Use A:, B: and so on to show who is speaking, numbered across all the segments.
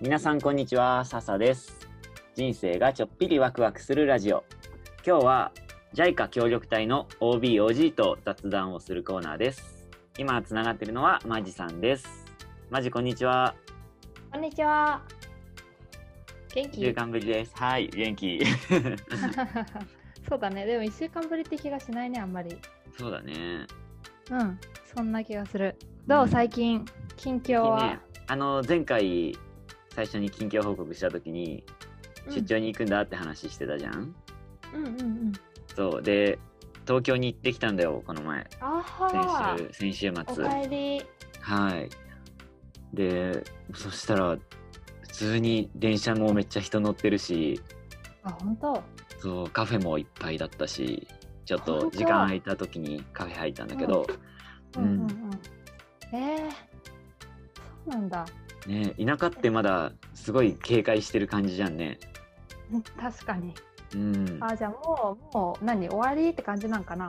A: 皆さんこんにちは笹です人生がちょっぴりワクワクするラジオ今日は JICA 協力隊の OBOG と雑談をするコーナーです今つながっているのはマジさんですマジこんにちは
B: こんにちは。元
A: 1週
B: 気
A: 間ぶりですはい元 気
B: そうだね。でも1週間ぶりって気がしないね、あんまり。
A: そうだね
B: うん、そんな気がする。ど
A: う
B: うん最近、近況は
A: ね。あの前回最初に近況報告した時に出張に行くんだって話してたじゃん、
B: うんうんうん。
A: そうで東京に行ってきたんだよこの前
B: あは
A: 先週先週
B: お
A: 末
B: かえり。
A: はいでそしたら普通に電車もめっちゃ人乗ってるし
B: あ、本当。
A: そうカフェもいっぱいだったしちょっと
B: 本当
A: 時間空いた時にカフェ入ったんだけど、
B: うんうんうん。えー、そうなんだ。
A: ね、田舎ってまだすごい警戒してる感じじゃんね
B: うん確かに。
A: うん
B: あ、じゃあもう、もう、何、終わりって感じなんかな。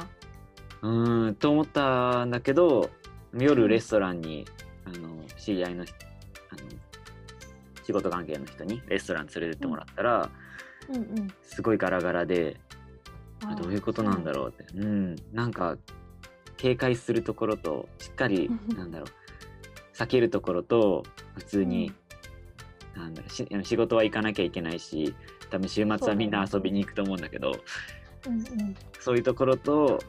A: うーんと思ったんだけど夜レストランにあの知り合いの人あの仕事関係の人にレストラン連れてってもらったら、
B: うんうん。
A: すごいガラガラで、あどういうことなんだ
B: う。
A: ろうって、うん、なんか警戒するところとしっかりなんだろう避けるところと普通に、なんだろうし仕事は行かなきゃいけないし多分週末はみんな遊びに行くと思うんだけど。
B: うんうん。
A: そういうところと、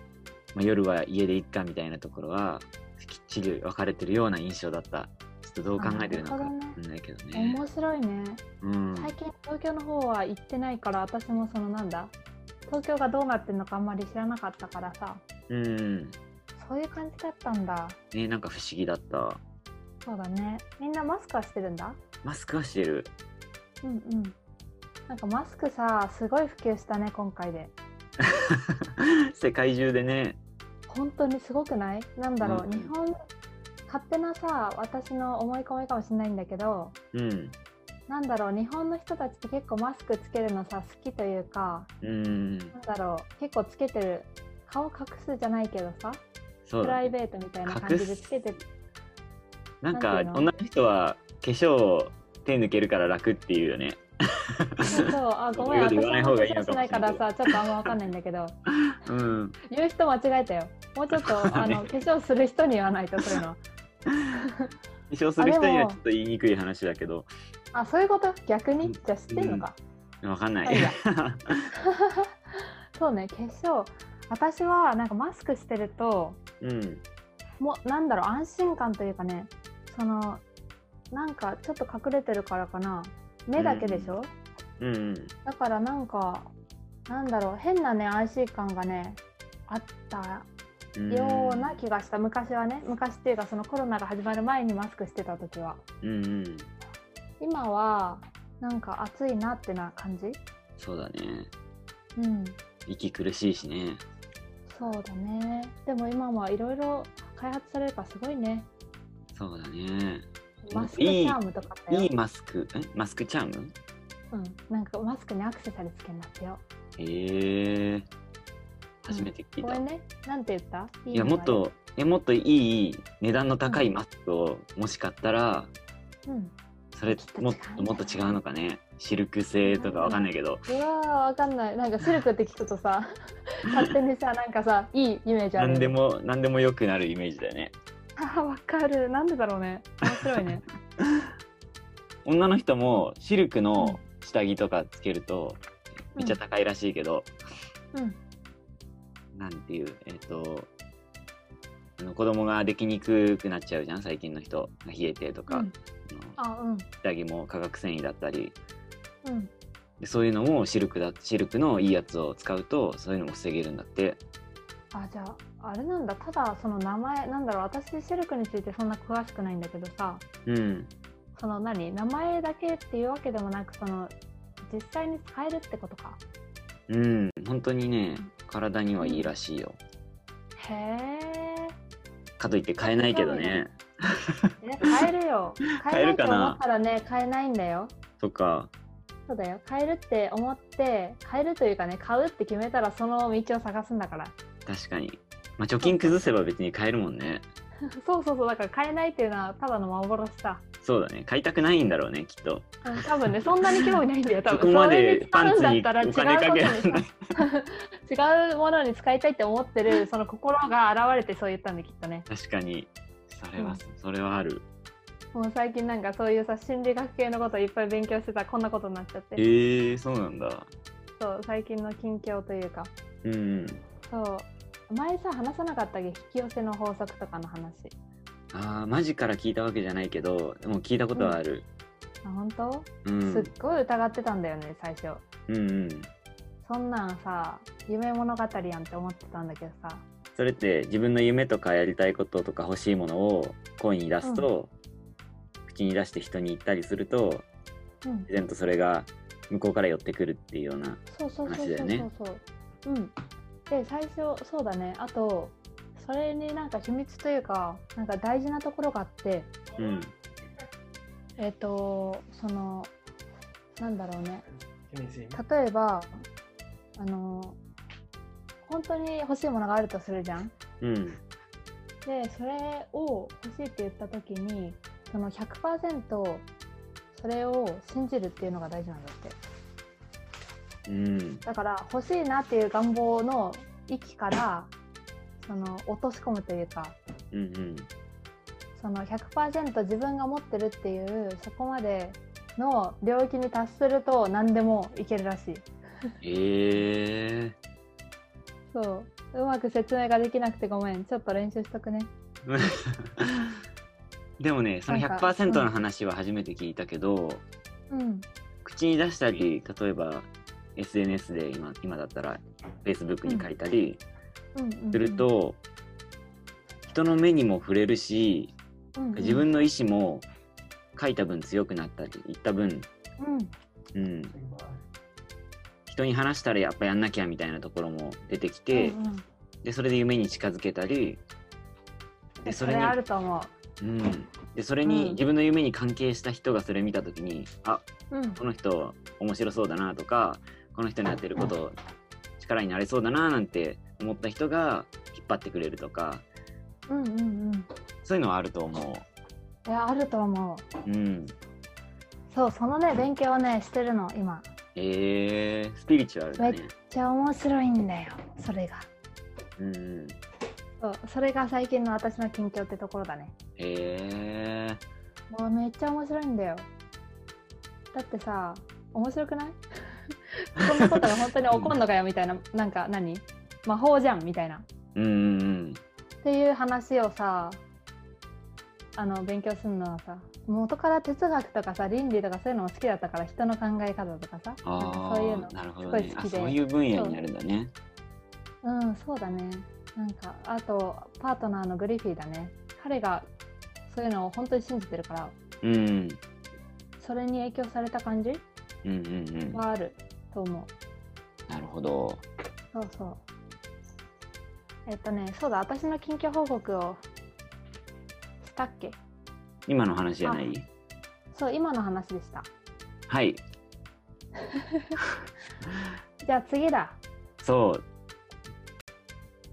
A: まあ、夜は家でいっかみたいなところはきっちり分かれてるような印象だったちょっとどう考えてるのか
B: あなるほ
A: 分か
B: どね
A: んないけどね
B: 面白いね。
A: うん、
B: 最近東京の方は行ってないから私もそのなんだ東京がどうなってるのかあんまり知らなかったからさ
A: うん
B: そういう感じだったんだ
A: ねなんか不思議だった
B: そうだねみんなマスクはしてるんだ
A: マスクはしてる
B: うんうんなんかマスクさすごい普及したね今回で
A: 世界中でね
B: 本当にすごくないなんだろう、
A: うん
B: 日本勝手なさ私の思い込みかもしれないんだけど
A: うん
B: なんだろう日本の人たちって結構マスクつけるのさ好きというか
A: うん
B: なんだろう結構つけてる顔隠すじゃないけどさ
A: そう
B: プ
A: だ
B: ライ
A: ね
B: ベートみたいな感じでつけて
A: なんか
B: なんていうの
A: 女の人は化粧手抜けるから楽っていうよね
B: そうあごめん
A: よく
B: 私
A: 言わない方がいい
B: も
A: のかも
B: し
A: しれ
B: な
A: ない
B: いからさちょっとあんまわかんないんだけど
A: うん
B: 言う人間違えたよもうちょっとあの化粧する人に言わないとそうい うの
A: 化粧する人に
B: あで
A: は
B: も
A: ちょっと言いにくい話だけど
B: あそういうこと逆にじゃあ知ってんのか、
A: 分かんない
B: はいはそうね化粧私はなんかマスクしてると
A: うん
B: もうなんだろう安心感というかねそのなんかちょっと隠れてるからかな目だけでしょ、
A: うんうん
B: だからなんかなんだろう変なね安心感がねあった
A: うん
B: ような気がした昔はね昔っていうかそのコロナが始まる前にマスクしてた時は
A: うんうん
B: 今はなんか暑いなってな感じ
A: そうだね
B: うん
A: 息苦しいしね
B: そうだねでも今はいろいろ開発されるからすごいね
A: そうだね
B: マスクチ
A: いい
B: ャームとかだよ
A: いいマスクえマスクチャーム
B: うん、なんかマスクにアクセサリーつけんなってよ
A: へえ初めて聞い
B: ご
A: た、
B: めんねなんて言ったい
A: いや
B: の
A: も
B: が
A: っ
B: ね
A: とえもっといい値段の高いマスクをもし買ったら
B: うん
A: それ
B: きっと違
A: も
B: う
A: っ
B: んだ
A: ともっと違うのかねシルク製とかわかんないけど
B: うわーわかんないなんかシルクって聞くと さ勝手にさなんかさいいイメージある
A: 何でも何でも良くなるイメージだよね
B: あーわかるなんでだろうね面白い ね
A: 女の人もシルクの下着とかつけるとめっちゃ高いらしいけど、
B: うん
A: なんていう、えっ、と、あの子供ができにくくなっちゃうじゃん、最近の人。冷えてとか、
B: うん
A: あの
B: あうん
A: 下着も化学繊維だったり、
B: うん
A: でそういうのもシルクだ、シルクのいいやつを使うと、そういうのも防げるんだって。
B: あじゃああれなんだただその名前なんだろう私シルクについてそんな詳しくないんだけどさ
A: うん。
B: その何名前だけっていうわけでもなくその実際に使えるってことか
A: うん。本当にね、体にはいいらしいよ。
B: へえ
A: かといって買えないけどね。
B: 買え るよ
A: 買えるか
B: と思
A: な
B: ったらね買えないんだよ
A: とか、
B: そうだよ買えるって思って買えるというかね買うって決めたらその道を探すんだから
A: 確かに。まあ、貯金崩せば別に買えるもんね。
B: そうそうそうだから買えないっていうのはただの幻さ
A: そうだね買いたくないんだろうねきっと
B: うん多分ねそんなに興味ないんだよ多
A: そ
B: 分
A: こま
B: れ
A: でパンツにお金かけ
B: 違
A: ら
B: う
A: れない
B: ことにさ 違うものに使いたいって思ってるその心が現れてそう言ったんできっとね
A: 確かにそれ
B: う
A: は
B: ん
A: それはある
B: もう最近なんかそういうさ心理学系のこといっぱい勉強してたらこんなことになっちゃって
A: えー、そうなんだ
B: そう最近の近況というか
A: うん
B: そう前さ話さなかったっけ引き寄せの法則とかの話
A: あーマジから聞いたわけじゃないけどでも聞いたことはある、
B: あ本当、
A: うん
B: すっごい疑ってたんだよね最初
A: うんうん
B: そんなんさ夢物語やんって思ってたんだけどさ
A: それって自分の夢とかやりたいこととか欲しいものを声に出すと、口に出して人に言ったりすると
B: うん
A: 自然とそれが向こうから寄ってくるっていうような
B: そうそうそうそ
A: 話
B: う
A: だ
B: そ
A: よ
B: う
A: ね
B: そううんで最初そうだねあとそれになんか秘密というかなんか大事なところがあって
A: うん
B: えっ、とそのなんだろうね
C: 先生
B: 例えばあの本当に欲しいものがあるとするじゃん
A: うん
B: でそれを欲しいって言った時にその100%それを信じるっていうのが大事なんだって
A: うん
B: だから欲しいなっていう願望の域からその落とし込むというか
A: うんうん
B: その100%自分が持ってるっていうそこまでの領域に達すると何でもいけるらしい
A: え
B: そううまく説明ができなくてごめんちょっと練習しとくね
A: ー、 でもねその
B: なんか
A: 100%の話は初めて聞いたけど、
B: うん
A: 口に出したり例えば SNS で今今だったら Facebook に書いたり
B: うんうんうん
A: すると、人の目にも触れるし
B: うんうん
A: 自分の意志も書いた分強くなったり言った分、
B: う
A: う
B: ん
A: ん、人に話したらやっぱやんなきゃみたいなところも出てきて、
B: うんうん
A: でそれで夢に近づけたりでそ
B: そ
A: れ
B: れ
A: に
B: あると思
A: うん、でそれ
B: うん
A: に自分の夢に関係した人がそれ見た時に、あ
B: ううん
A: この人面白そうだなとかこの人のやってること力になれそうだななんて思った人が引っ張ってくれるとか
B: うんうんうん
A: そういうのはあると思
B: いやあると思う
A: う。うん、
B: そうそのね勉強をねしてるの今
A: えー、スピリチュアルだね。
B: じゃあ面白いんだよそれが
A: うんうん、
B: そうそれが最近の私の近況ってところだね
A: えー、
B: もうめっちゃ面白いんだよだってさ面白 くないこんなことが本当に起こんのかよみたいななんか何魔法じゃんみたいなっ
A: うんうんうん
B: ていう話をさあの勉強するのはさ元から哲学とかさ倫理とかそういうのも好きだったから人の考え方とかさ
A: あ
B: なん
A: ー
B: かそういうの
A: なるほど
B: すごい
A: ね
B: 好
A: あ
B: きで
A: そういう分野になるんだね
B: うん、そうだね。なんか、あと、パートナーのグリフィーだね。彼が、そういうのを本当に信じてるから、
A: うんうん
B: それに影響された感じ
A: うんうん
B: はあると思
A: なるほど
B: う。そうそう。えっとね、そうだ、私の近況報告をしたっけ
A: 今の話じゃない
B: そう、今の話でした。
A: はい
B: じゃあ次だ。
A: そう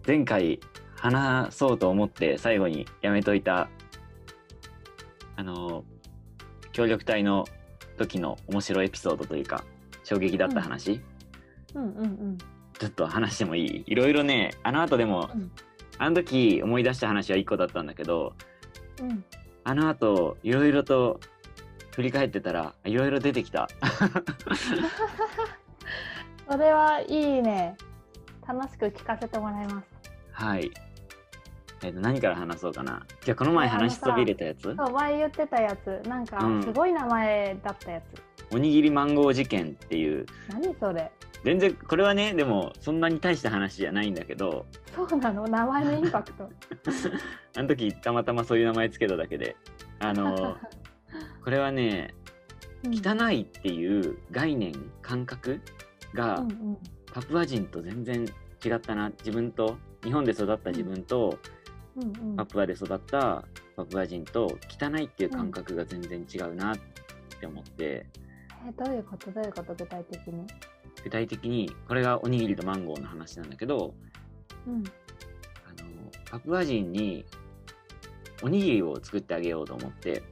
A: 前回話そうと思って最後にやめといたあの協力隊の時の面白いエピソードというか衝撃だった話、
B: うんうんうん。
A: ちょっと話してもいいいろいろねあの後でも
B: うん
A: あの時思い出した話は1個だったんだけど
B: うん、
A: あの後いろいろと振り返ってたらいろいろ出てきた
B: それはいいね。楽しく聞かせてもらいます。
A: はいえっと何から話そうかなじゃあこの前話しそびれたやつ
B: そう、前言ってたやつ、なんか
A: うん、
B: すごい名前だったやつ。
A: おにぎりマンゴー事件っていう
B: 何それ
A: 全然これはねでもそんなに大した話じゃないんだけど
B: そうなの名前のインパク ト。
A: あの時たまたまそういう名前つけただけであ のこれはね汚いっていう概念感覚
B: う
A: が
B: んうん
A: パプア人と全然違ったな自分と日本で育った自分と
B: うんうん
A: パプアで育ったパプア人と汚いっていう感覚が全然違うなって思って
B: えどういうことどういうこと具体的に、
A: 具体的にこれがおにぎりとマンゴーの話なんだけど
B: うん
A: あのパプア人におにぎりを作ってあげようと思って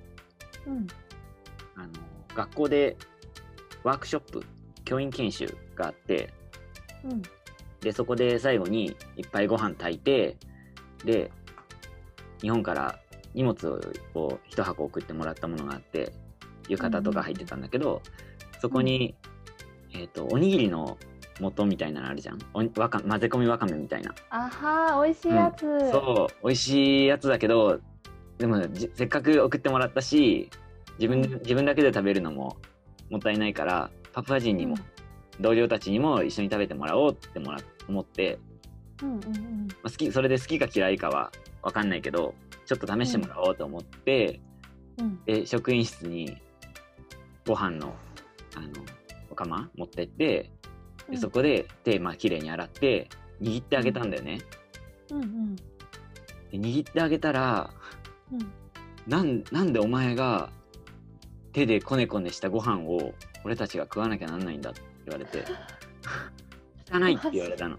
B: うん
A: あの学校でワークショップ教員研修があって
B: うん
A: でそこで最後にいっぱいご飯炊いてで日本から荷物を一箱送ってもらったものがあって浴衣とか入ってたんだけど、そこに、えー、とおにぎりの素みたいなのあるじゃんおにわか混ぜ込みわかめみたいな、
B: あはー美味しいやつ、うん、
A: そう美味しいやつだけどでもじせっかく送ってもらったし自分
B: うん
A: 自分だけで食べるのももったいないからパプア人にも、同僚たちにも一緒に食べてもらおうってもら思って、
B: うんうんうん
A: まあ、好きそれで好きか嫌いかは分かんないけどちょっと試してもらおうと思って、
B: うん
A: で職員室にご飯のあのお釜持ってって
B: うん
A: でそこで手まあ綺麗に洗って握ってあげたんだよね。
B: うんうん
A: で握ってあげたら
B: うん
A: なんなんでお前が手でこねこねしたご飯を俺たちが食わなきゃなんないんだって言われ て汚いって言われたの。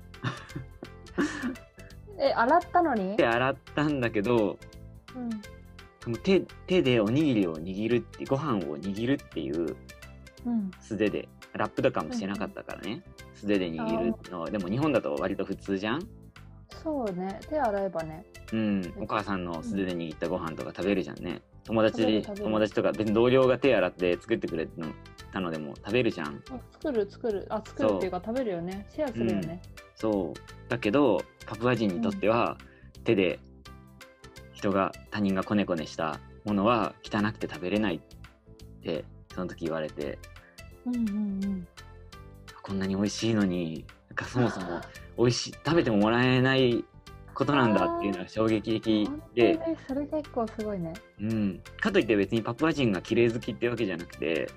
B: え洗ったのに
A: 手洗ったんだけど
B: うん
A: その手手でおにぎりを握るってご飯を握るっていう
B: うん
A: 素手でラップとかもしてなかったからね、素手で握るのでも日本だと割と普通じゃん、
B: そうね手洗えばね
A: うん、お母さんの素手で握ったご飯とか食べるじゃんね友達
B: 食べ
A: で
B: る食べる
A: 友達とか別に同僚が手洗って作ってくれたのでも食べるじゃん
B: あ作る作るあ作るっていうか食べるよねシェアするよね、
A: そうだけどパプア人にとっては、手で人が他人がこねこねしたものは汚くて食べれないってその時言われて
B: うん、うんうん
A: こんなに美味しいのになんかそもそも美味しい食べてももらえないことなんだっていうのが衝撃的
B: 本当
A: で
B: に、それ結構すごいね
A: うん、かといって別にパプア人が綺麗好きってわけじゃなくて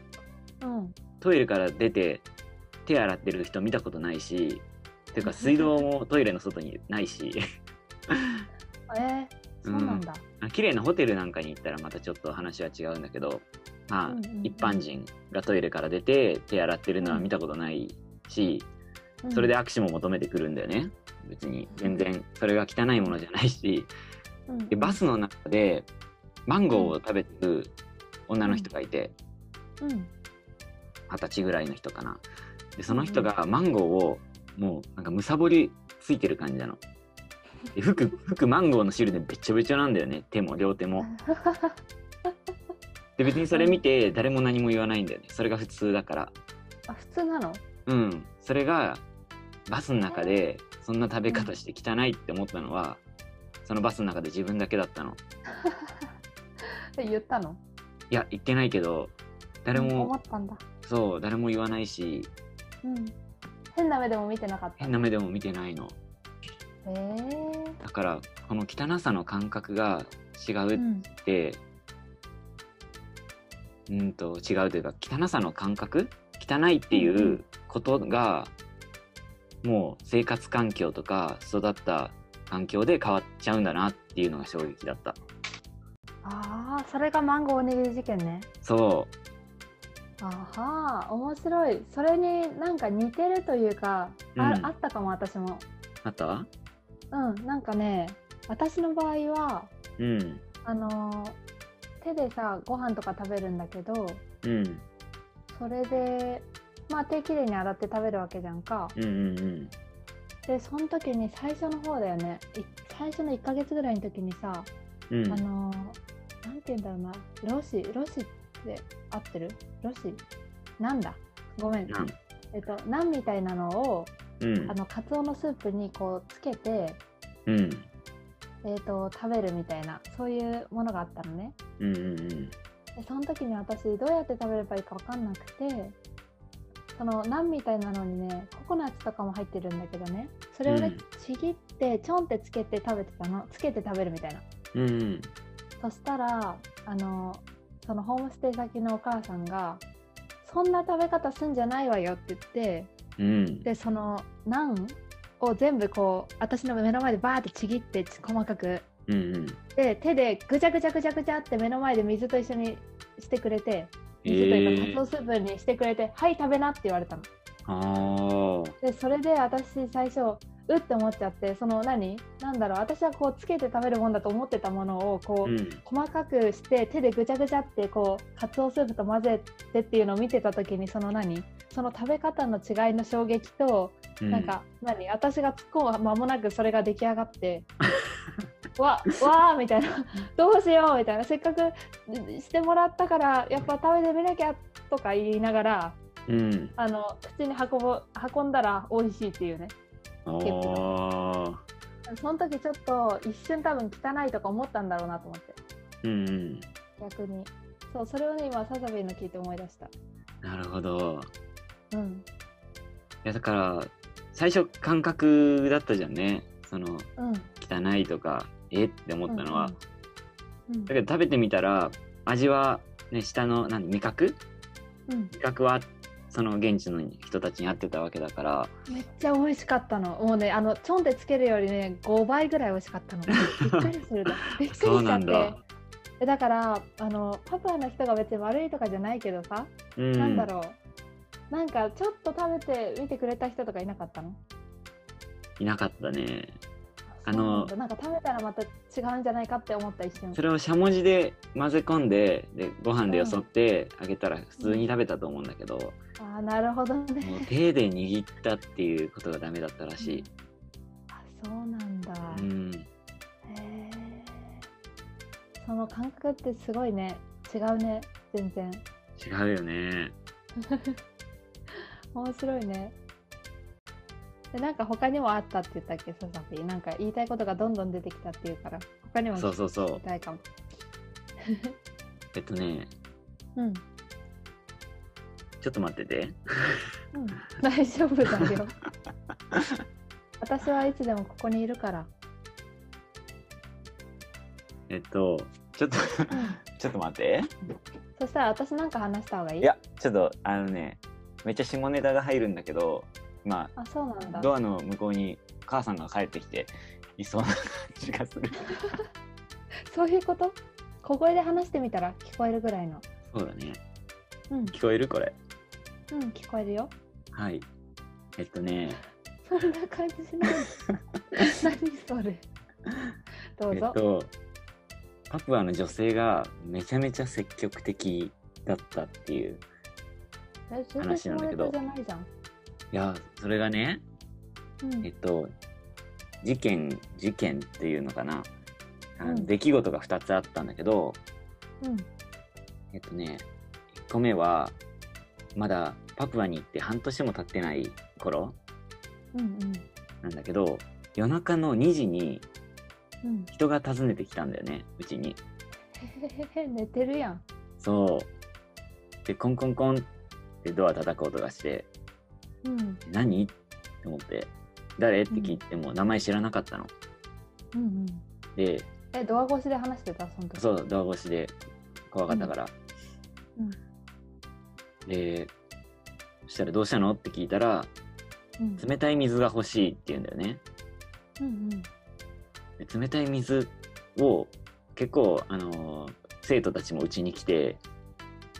B: うん
A: トイレから出て手洗ってる人見たことないしっていうか水道もトイレの外にないし。
B: えー、そうなんだ、
A: あ綺麗なホテルなんかに行ったらまたちょっと話は違うんだけど、まあ
B: うんうんうん
A: 一般人がトイレから出て手洗ってるのは見たことないし、
B: うん
A: それで、握手も求めてくるんだよね別に全然それが汚いものじゃないし
B: うんうん
A: でバスの中でマンゴーを食べてる女の人がいて
B: うん
A: 二十歳ぐらいの人かなでその人がマンゴーをもうなんかむさぼりついてる感じなの。で 服服マンゴーの汁でべちょべちょなんだよね手も両手も。で別にそれ見て誰も何も言わないんだよねそれが普通だから
B: あ普通なの
A: うんそれがバスの中でそんな食べ方して汚いって思ったのはそのバスの中で自分だけだったの
B: え言ったの
A: いや言ってないけど誰
B: うん思
A: も
B: ったんだ
A: そう誰も言わないし
B: うん変な目でも見てなかった
A: 変な目でも見てないの
B: えー
A: だからこの汚さの感覚が違
B: う
A: うっ
B: ん
A: てうんと違うというか汚さの感覚汚いって
B: んう
A: いうんことがもう生活環境とか育った環境で変わっちゃうんだなっていうのが衝撃だった
B: ああそれがマンゴーおにぎり事件ね
A: そ
B: あはー面白いそれになんか似てるというか、あ
A: うん
B: あったかも私も
A: うあった
B: うんなんかね私の場合は
A: うん
B: あのー手でさご飯とか食べるんだけど
A: うん
B: それでまあ手きれいに洗って食べるわけじゃんか
A: うんうんうん
B: でその時に最初の方だよねい最初の1ヶ月ぐらいの時にさ、
A: うん
B: あのーなんて言うんだろうなロシロシって合ってるロシなんだごめん
A: なん
B: えっとナンみたいなのを
A: うん
B: あのカツオのスープにこうつけて、
A: うん
B: えー、と食べるみたいなそういうものがあったのね
A: うんうんうん
B: でその時に私どうやって食べればいいか分かんなくてそのナンみたいなのにねココナッツとかも入ってるんだけどねそれを
A: う
B: ね
A: ん
B: ちぎってちょんってつけて食べてたのつけて食べるみたいな
A: うんうん
B: そしたらあのそのホームステイ先のお母さんが「そんな食べ方すんじゃないわよ」って言って
A: うん
B: でそのナンを全部こう私の目の前でバーってちぎってち細かく
A: うんうん
B: で手でぐちゃぐちゃぐちゃぐちゃって目の前で水と一緒にしてくれて
A: え
B: 水という
A: ー
B: か、カツオスープにしてくれて「はい食べな」って言われたの
A: あー
B: でそれで私最初うって思っちゃってその何なんだろう私はこうつけて食べるもんだと思ってたものをこう、
A: うん
B: 細かくして手でぐちゃぐちゃってこうカツオスープと混ぜてっていうのを見てた時にその何その食べ方の違いの衝撃と、
A: うん
B: なんか何私が突っ込む間もなくそれが出来上がって わわーみたい などうしようみたいなせっかくしてもらったからやっぱ食べてみなきゃとか言いながら
A: うん
B: あの口に運ぼ運んだら美味しいっていうね
A: おー
B: その時ちょっと一瞬多分汚いとか思ったんだろうなと思って
A: うんうん
B: 逆にそうそれをね今サザビーの聞いて思い出した
A: なるほど
B: うん
A: いやだから最初感覚だったじゃんねその
B: うん
A: 汚いとかえって思ったのは、
B: うんうん
A: だけど食べてみたら味は、ね、下のなん味覚
B: うん
A: 味覚はその現地の人たちに合ってたわけだから
B: めっちゃ美味しかったのもうねあのちょんでつけるよりね5倍ぐらい美味しかったのびっくりす るのびっくりしち
A: そう
B: ゃ
A: な
B: っ
A: ん
B: て
A: だ
B: だだからあのパプアの人が別に悪いとかじゃないけどさ、
A: うん
B: なんだろうなんかちょっと食べてみてくれた人とかいなかったの
A: いなかったねあ
B: そうな
A: の
B: んだなんか食べたらまた違うんじゃないかって思った一瞬
A: それをしゃもじで混ぜ込んででご飯でよそってあげたら普通に食べたと思うんだけど、
B: ああなるほど
A: もう
B: ね
A: 手で握ったっていうことがダメだったらしい、
B: あそうなんだ、
A: うん、
B: へえその感覚ってすごいね違うね全然
A: 違うよね
B: 面白いねでなんか他にもあったって言ったっけ佐々木なんか言いたいことがどんどん出てきたっていうから他にも
A: そ
B: 聞
A: うそうそう
B: きたいかも
A: えっとね
B: うん、
A: ちょっと待ってて
B: うん、大丈夫だよ 私はいつでもここにいるから、
A: えっとちょっと
B: うん、
A: ちょっと待って
B: そしたら私なんか話した方がいい
A: いやちょっとあのねめっちゃ下ネタが入るんだけどま
B: あそうなん
A: あ
B: だ
A: ドアの向こうに母さんが帰ってきていそうな感じがする
B: そういうこと小声で話してみたら聞こえるぐらいの
A: そうだね
B: うんうん
A: 聞こえるこれ
B: 聞こえるよ
A: はいえっとね
B: そんな感じ しない。何それ。どう
A: えっ
B: ぞ。
A: とパプアの女性がめちゃめちゃ積極的だったっていう
B: えっ
A: 話なんだけど
B: じゃないじゃん。
A: いやそれがね
B: うん
A: えっと事件事件っていうのかな、あの
B: うん
A: 出来事が2つあったんだけど
B: うん
A: えっとね1個目はまだパプアに行って半年も経ってない頃
B: うん
A: なんだけど夜中の2時に
B: うんうん。
A: 人が訪ねてきたんだよねうちに。
B: へへへへ寝てるやん。
A: そうでコンコンコンってドア叩く音がして
B: うん
A: 「何?」って思って「誰?」って聞いても名前知らなかったの。
B: うんうん。
A: で
B: えドア越しで話してたその時。う。
A: そうドア越しで怖かったから、
B: うん
A: でそしたら「どうしたの?」って聞いたら
B: うん
A: 「冷たい水が欲しい」って言うんだよね
B: うんうん。
A: で冷たい水を結構あのー生徒たちもうちに来て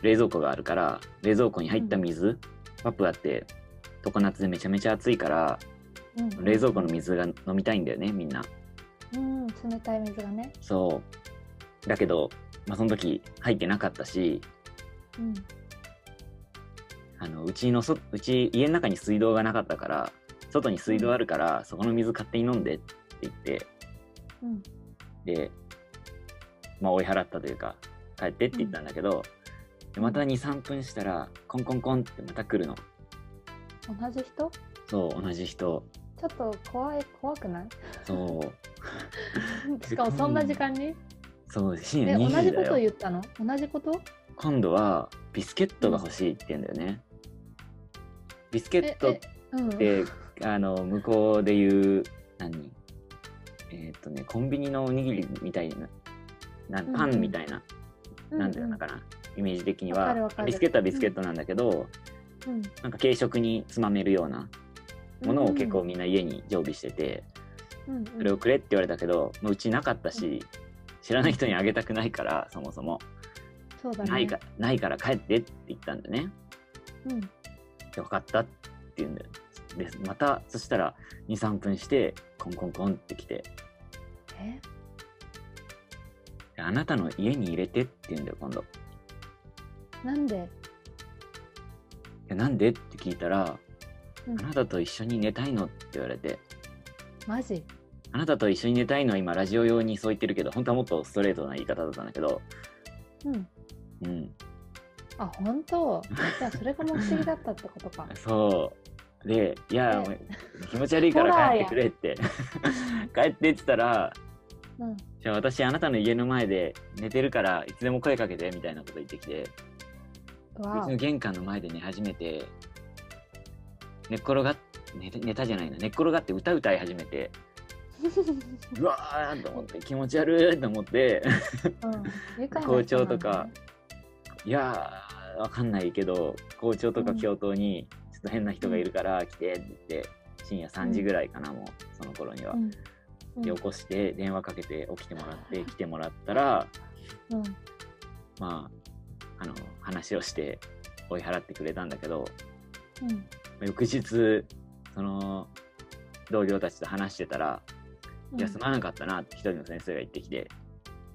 A: 冷蔵庫があるから冷蔵庫に入った水、パプアって常夏でめちゃめちゃ暑いから
B: うんうん
A: 冷蔵庫の。水が飲みたいんだよねみんな
B: うん冷たい水がね。
A: そうだけど、まあ、その時入ってなかったし
B: うん
A: あのうちのそうち家の中に水道がなかったから外に水道あるからそこの水勝手に飲んでって言って
B: うん
A: で、まあ、追い払ったというか帰ってって言ったんだけど、でまた23分したらコンコンコンってまた来るの
B: 同じ人？
A: そう同じ人
B: ちょっと怖い怖くない？
A: そう
B: しかもそんな時間に？
A: そう深
B: え
A: 夜
B: 同
A: 2
B: じ
A: 時
B: こ
A: だよ
B: と言ったの？同じこと？
A: 今度はビスケットが欲しいって言うんだよねビスケットっ
B: うんうん。
A: て あの向こうで言う何えーっとねコンビニのおにぎりみたいなな
B: うんうん
A: パンみたいな、
B: う
A: なんだよなかな、イメージ的に
B: わか
A: は
B: るわかる
A: ビスケットはビスケットなんだけど、
B: うん
A: なんか軽食につまめるようなものを結構
B: うん
A: みんな家に常備してて、
B: うん
A: それをくれって言われたけどもううちなかったし知らない人にあげたくないからそもそも、
B: そうだね。
A: ないかないから帰ってって言ったんだね
B: うん
A: で分かったってって言うんだよでまたそしたら23分してコンコンコンって来て
B: え
A: 「あなたの家に入れて」って言うんだよ今度。
B: なんで
A: いやなんでって聞いたら、
B: うん
A: あなたと一緒に寝たいのって言われて
B: マジ
A: あなたと一緒に寝たいのは今ラジオ用にそう言ってるけど本当はもっとストレートな言い方だったんだけど
B: うん。
A: うん。
B: あ、本当じゃあそれが目的だったってことか
A: そうでいや、
B: え
A: 気持ち悪いか
B: ホラ
A: ら
B: ー
A: 帰っ
B: や
A: てくれって 帰ってって言ったら
B: うん。
A: じゃあ私あなたの家の前で寝てるからいつでも声かけてみたいなこと言ってきてう
B: わ
A: ちの玄関の前で寝始めて寝っ転がっ寝て寝たじゃないな寝っ転がって歌歌い始めてうわーと思って気持ち悪いと思って
B: あ。うん。愉快な人なんだね
A: 校長とか。いやーわかんないけど校長とか教頭に「ちょっと変な人がいるから来て」って言って深夜3時ぐらいかなもうその頃には
B: う。ん。うん
A: で起こして電話かけて起きてもらって来てもらったら
B: うん。
A: まああの話をして追い払ってくれたんだけど
B: うん。
A: 翌日その同僚たちと話してたら「
B: うん
A: いやすまなかったな」って一人の先生が言ってきて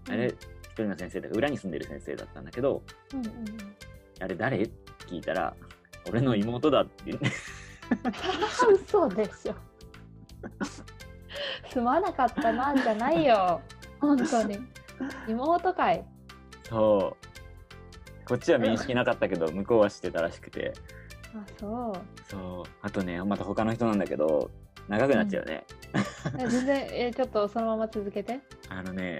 A: あれ一人の先生だから裏に住んでる先生だったんだけど
B: うんうんうん。
A: あれ誰って聞いたら、俺の妹だって言 って、
B: 嘘でしょ。すまなかったなんじゃないよ。本当に。妹かい。
A: そう。こっちは面識なかったけど、向こうは知ってたらしくて。
B: あ、そう。
A: そう。あとね、また他の人なんだけど、長くなっちゃうね。
B: え全然、え、ちょっとそのまま続けて。
A: あのね、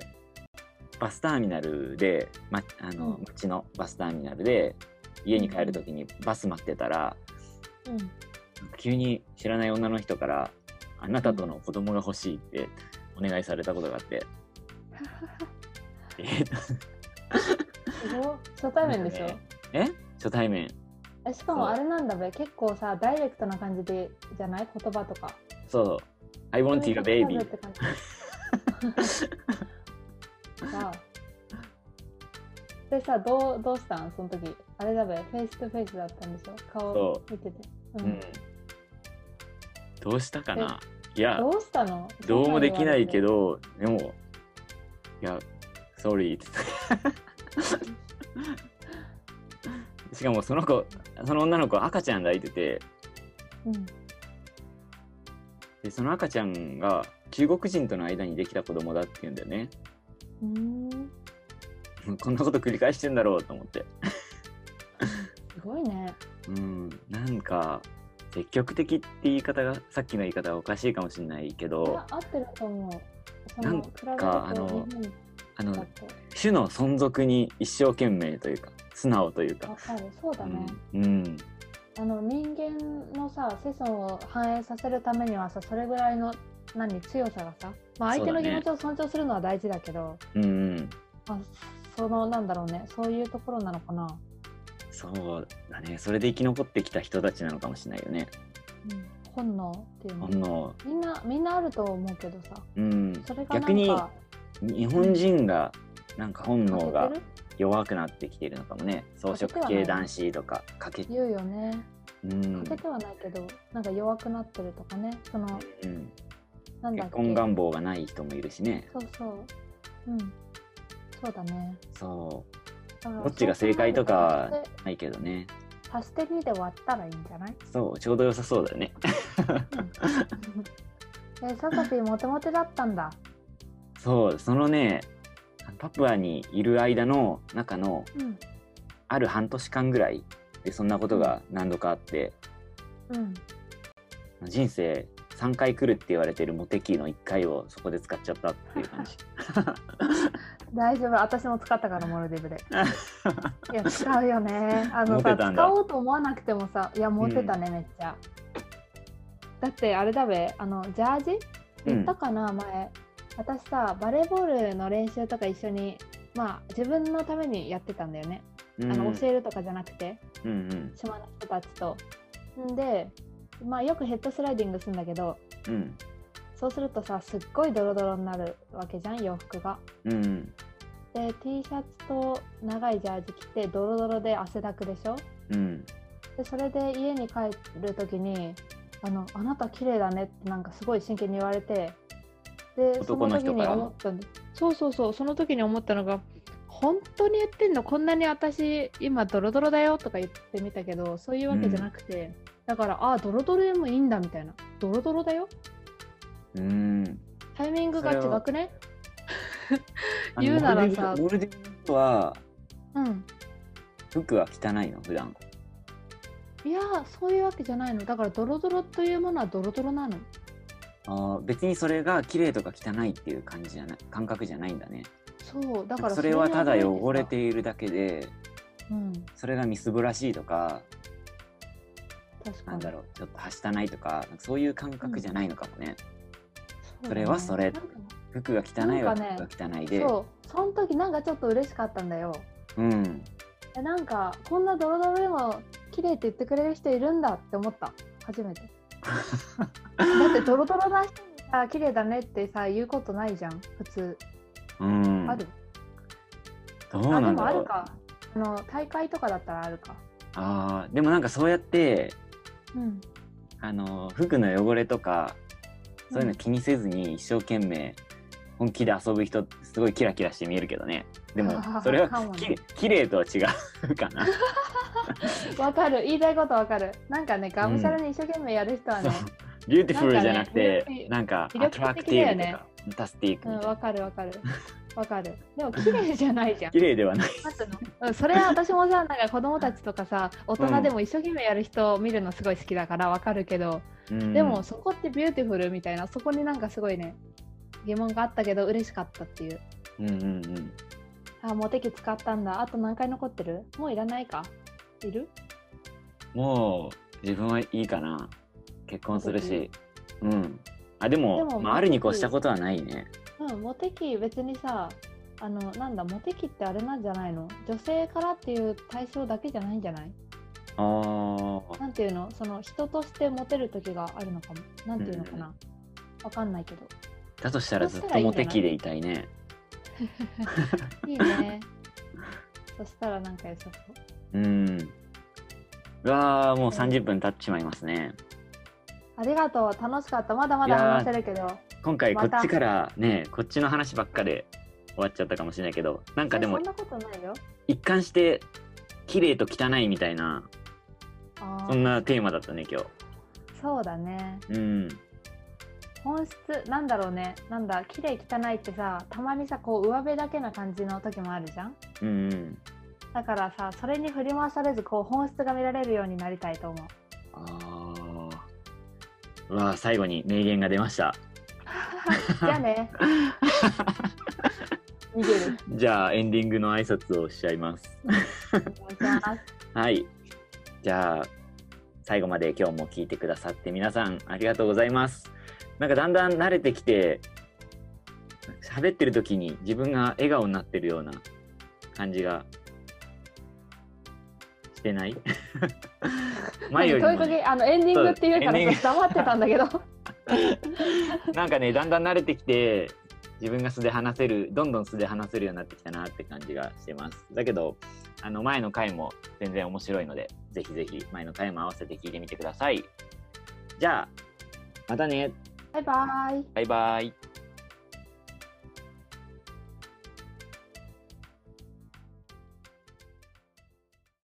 A: バスターミナルで、ま、あの、
B: うん
A: 街のバスターミナルで、家に帰るときにバス待ってたら、
B: うん。
A: 急に知らない女の人から、あなたとの子供が欲しいってお願いされたことがあって、えっと
B: すごい。初対面でしょ。
A: え初対面。
B: えしかもあれなんだべ、結構さ、ダイレクトな感じでじゃない言葉とか。
A: そう。I
B: ポ
A: want you, baby.
B: さあ。でさ、どうどうしたんその時。あれだべ、フェイスとフェイスだったんでしょ顔
A: そ
B: 見てて。う
A: うん。どうしたかな。いや、
B: どうしたの
A: どうもできないけ
B: ど。
A: ど、でも、いや、sorry ってしかもその子、その女の子は赤ちゃん抱いてて、
B: うん、
A: でその赤ちゃんが中国人との間にできた子供だって言うんだよね。
B: うーん
A: こんなこと繰り返してんだろうと思って。
B: すごいね。
A: うん、なんか、積極的って言い方が、さっきの言い方はおかしいかもしれないけ
B: い
A: ど、
B: や合ってると思う。そ
A: なん
B: の
A: か
B: 比べると
A: あの
B: 日
A: あ
B: 本だ
A: の、
B: と
A: 種の存続に一生懸命というか素直という
B: わ
A: か、
B: かる。そうだね。
A: うん、うん
B: あの人間のさ子孫を反映させるためにはさそれぐらいの何強さがさ、まあ、相手の
A: そうだ
B: 気
A: ね
B: 持ちを尊重するのは大事だけど
A: うんうん
B: そ,、まあ、そのなんだろうねそういうところなのかな、
A: そうだねそれで生き残ってきた人たちなのかもしれないよね
B: うん、本能っていうの、
A: 本能
B: みんなみんなあると思うけどさ
A: うん
B: それがなんか
A: 逆に日本人がなんか本能
B: 欠
A: が
B: けてる
A: 弱くなってきてるのかもね草食
B: 欠けてはな
A: 系
B: い
A: 男子とかかけ
B: 言うよね
A: うん
B: 欠けてはないけど、なんか弱くなってるとかねその
A: うん
B: なんだっ
A: 結
B: け
A: 婚願望がない人もいるしね
B: そうそううんそうだね
A: そ
B: だから
A: どっちが正解とか
B: そう考える
A: うないけどね
B: と足して足して2で割ったらいいんじゃない
A: そうちょうど良さそうだよね
B: えー、ササピーモテモテだったんだ。
A: そうそのねパプアにいる間の中の
B: うん。
A: ある半年間ぐらいでそんなことが何度かあって
B: うん。
A: 人生3回来るって言われてるモテキーの1回をそこで使っちゃったっていう感じ
B: 大丈夫。私も使ったから、モルディブで。いや、使うよね。あの
A: モテ
B: さ、
A: たんだ
B: 使おうと思わなくてもさ、いや、モテたね、めっちゃ。だって、あれだべ、あの、ジャージ
A: う
B: 言っ
A: ん
B: たかな、前。私さ、バレーボールの練習とか一緒に、まあ、自分のためにやってたんだよね。
A: う
B: あ
A: ん
B: の、教えるとかじゃなくて。
A: うん
B: 島の人たちと。んで、まあ、よくヘッドスライディングするんだけど、
A: うん
B: そうするとさすっごいドロドロになるわけじゃん洋服が。
A: うんうん
B: で T シャツと長いジャージ着てドロドロで汗だくでしょ
A: うん
B: でそれで家に帰る時に「あのあなた綺麗だね」ってなんかすごい真剣に言われてでそ
A: 男の
B: の時
A: 人
B: に
A: から
B: 思ったんでそうそうそうその時に思ったのが本当に言ってんのこんなに私今ドロドロだよとか言ってみたけどそういうわけじゃなくて、だからああドロドロでもいいんだみたいなドロドロだよ
A: うん。
B: タイミングが
A: それは
B: 違くね
A: あの
B: 言うならさ
A: ゴールデンウィークゴールデンウィークは
B: うん
A: 服は汚いの普段。
B: いやーそういうわけじゃないのだからドロドロというものはドロドロなの
A: あー別にそれが綺麗とか汚いっていう感じじゃない感覚じゃないんだね。
B: そうだから
A: それはただ汚れ
B: い
A: ているだけで、
B: うん
A: それがみすぼらしいとか、
B: 確
A: な
B: かに
A: んだろうちょっとはしたないとか、なんかそういう感覚じゃないのかもね。
B: うだね
A: それはそれ
B: なんか
A: 服が汚いは
B: なんかね
A: 服が汚いで、
B: そうその時なんかちょっと嬉しかったんだよ
A: うん。
B: えなんかこんなドロドロでも綺麗って言ってくれる人いるんだって思った 初めてだってドロドロな人にさ綺麗だねってさ言うことないじゃん普通、
A: うん。
B: ある
A: ど
B: あ
A: う
B: で
A: なん
B: も
A: だ
B: あ
A: ろ
B: る
A: う。
B: かあの大会とかだったらあるか
A: あーでもなんかそうやって
B: うん
A: あの服の汚れとかそういうの気にせずに一生懸命本気で遊ぶ人すごいキラキラして見えるけどねで もそれは
B: かもね
A: ききれいとは違うか な
B: わかる言いたいことわかるなんかねがむしゃらに一生懸命やる人はね
A: そうビューティフルじゃなくて
B: な
A: なんか
B: 魅
A: ア
B: 力
A: トラク
B: 的だ
A: テ
B: よ
A: ィブと
B: ね
A: かファンタスティック
B: うん
A: み
B: わ、
A: たいな
B: かるわかるわかるでも綺麗じゃないじゃん
A: 綺麗ではない
B: なんていうのうんそれは私もさなんか子供たちとかさ大人でも一生懸命やる人を見るのすごい好きだからわかるけど、でもそこってビューティフルみたいなそこになんかすごいね疑問があったけど嬉しかったっていう
A: うんうんうん
B: あモテ期使ったんだあと何回残ってるもういらないかいる
A: もう自分はいいかな結婚する
B: モ
A: しうんあでも
B: でも
A: まあ、あるに越したことはないね
B: うんモテ期別にさあのなんだモテ期ってあれなんじゃないの女性からっていう対象だけじゃないんじゃない
A: あー
B: なんていうのその人としてモテる時があるのかもなんていうのかな、わかんないけど
A: だとしたらずっとモテ期でいたいね
B: いいね。そしたらなんか良さそう。
A: うん。うわあ、もう30分経ってしまいますね。
B: ありがとう、楽しかった。まだまだ話せるけど。
A: 今回こ
B: また
A: っちからね、こっちの話ばっかで終わっちゃったかもしれないけど、なんかで
B: えそ
A: も
B: んなことないよ。
A: 一貫して綺麗と汚いみたいな、
B: あ
A: そんなテーマだったね、今
B: ーそうだね。
A: 日。うん。
B: 本質、なんだろうね。なんだ、綺麗汚いってさ、たまにさ、こう、上辺だけな感じの時もあるじゃん。
A: うんうん。
B: だからさ、それに振り回されず、こう、本質が見られるようになりたいと思う。
A: あ あ。うわあ、最後に名言が出ました。
B: じゃあね。 逃げる。
A: じゃあエンディングの挨拶をしちゃいます。
B: お願いします
A: はい。じゃあ、最後まで今日も聞いてくださって皆さんありがとうございます。なんかだんだん慣れてきて、喋ってる時に自分が笑顔になってるような感じがしてない 前よりも
B: 問いか
A: ね、
B: けあの、エンディングっていうから
A: そうエンディング
B: 黙ってたんだけど。
A: なんかね、だんだん慣れてきて、自分が素で話せる、どんどん素で話せるようになってきたなって感じがしてます。だけど、あの前の回も全然面白いので、ぜひぜひ前の回も合わせて聞いてみてください。じゃあ、またね。
B: バイバイ。
A: バイバイ。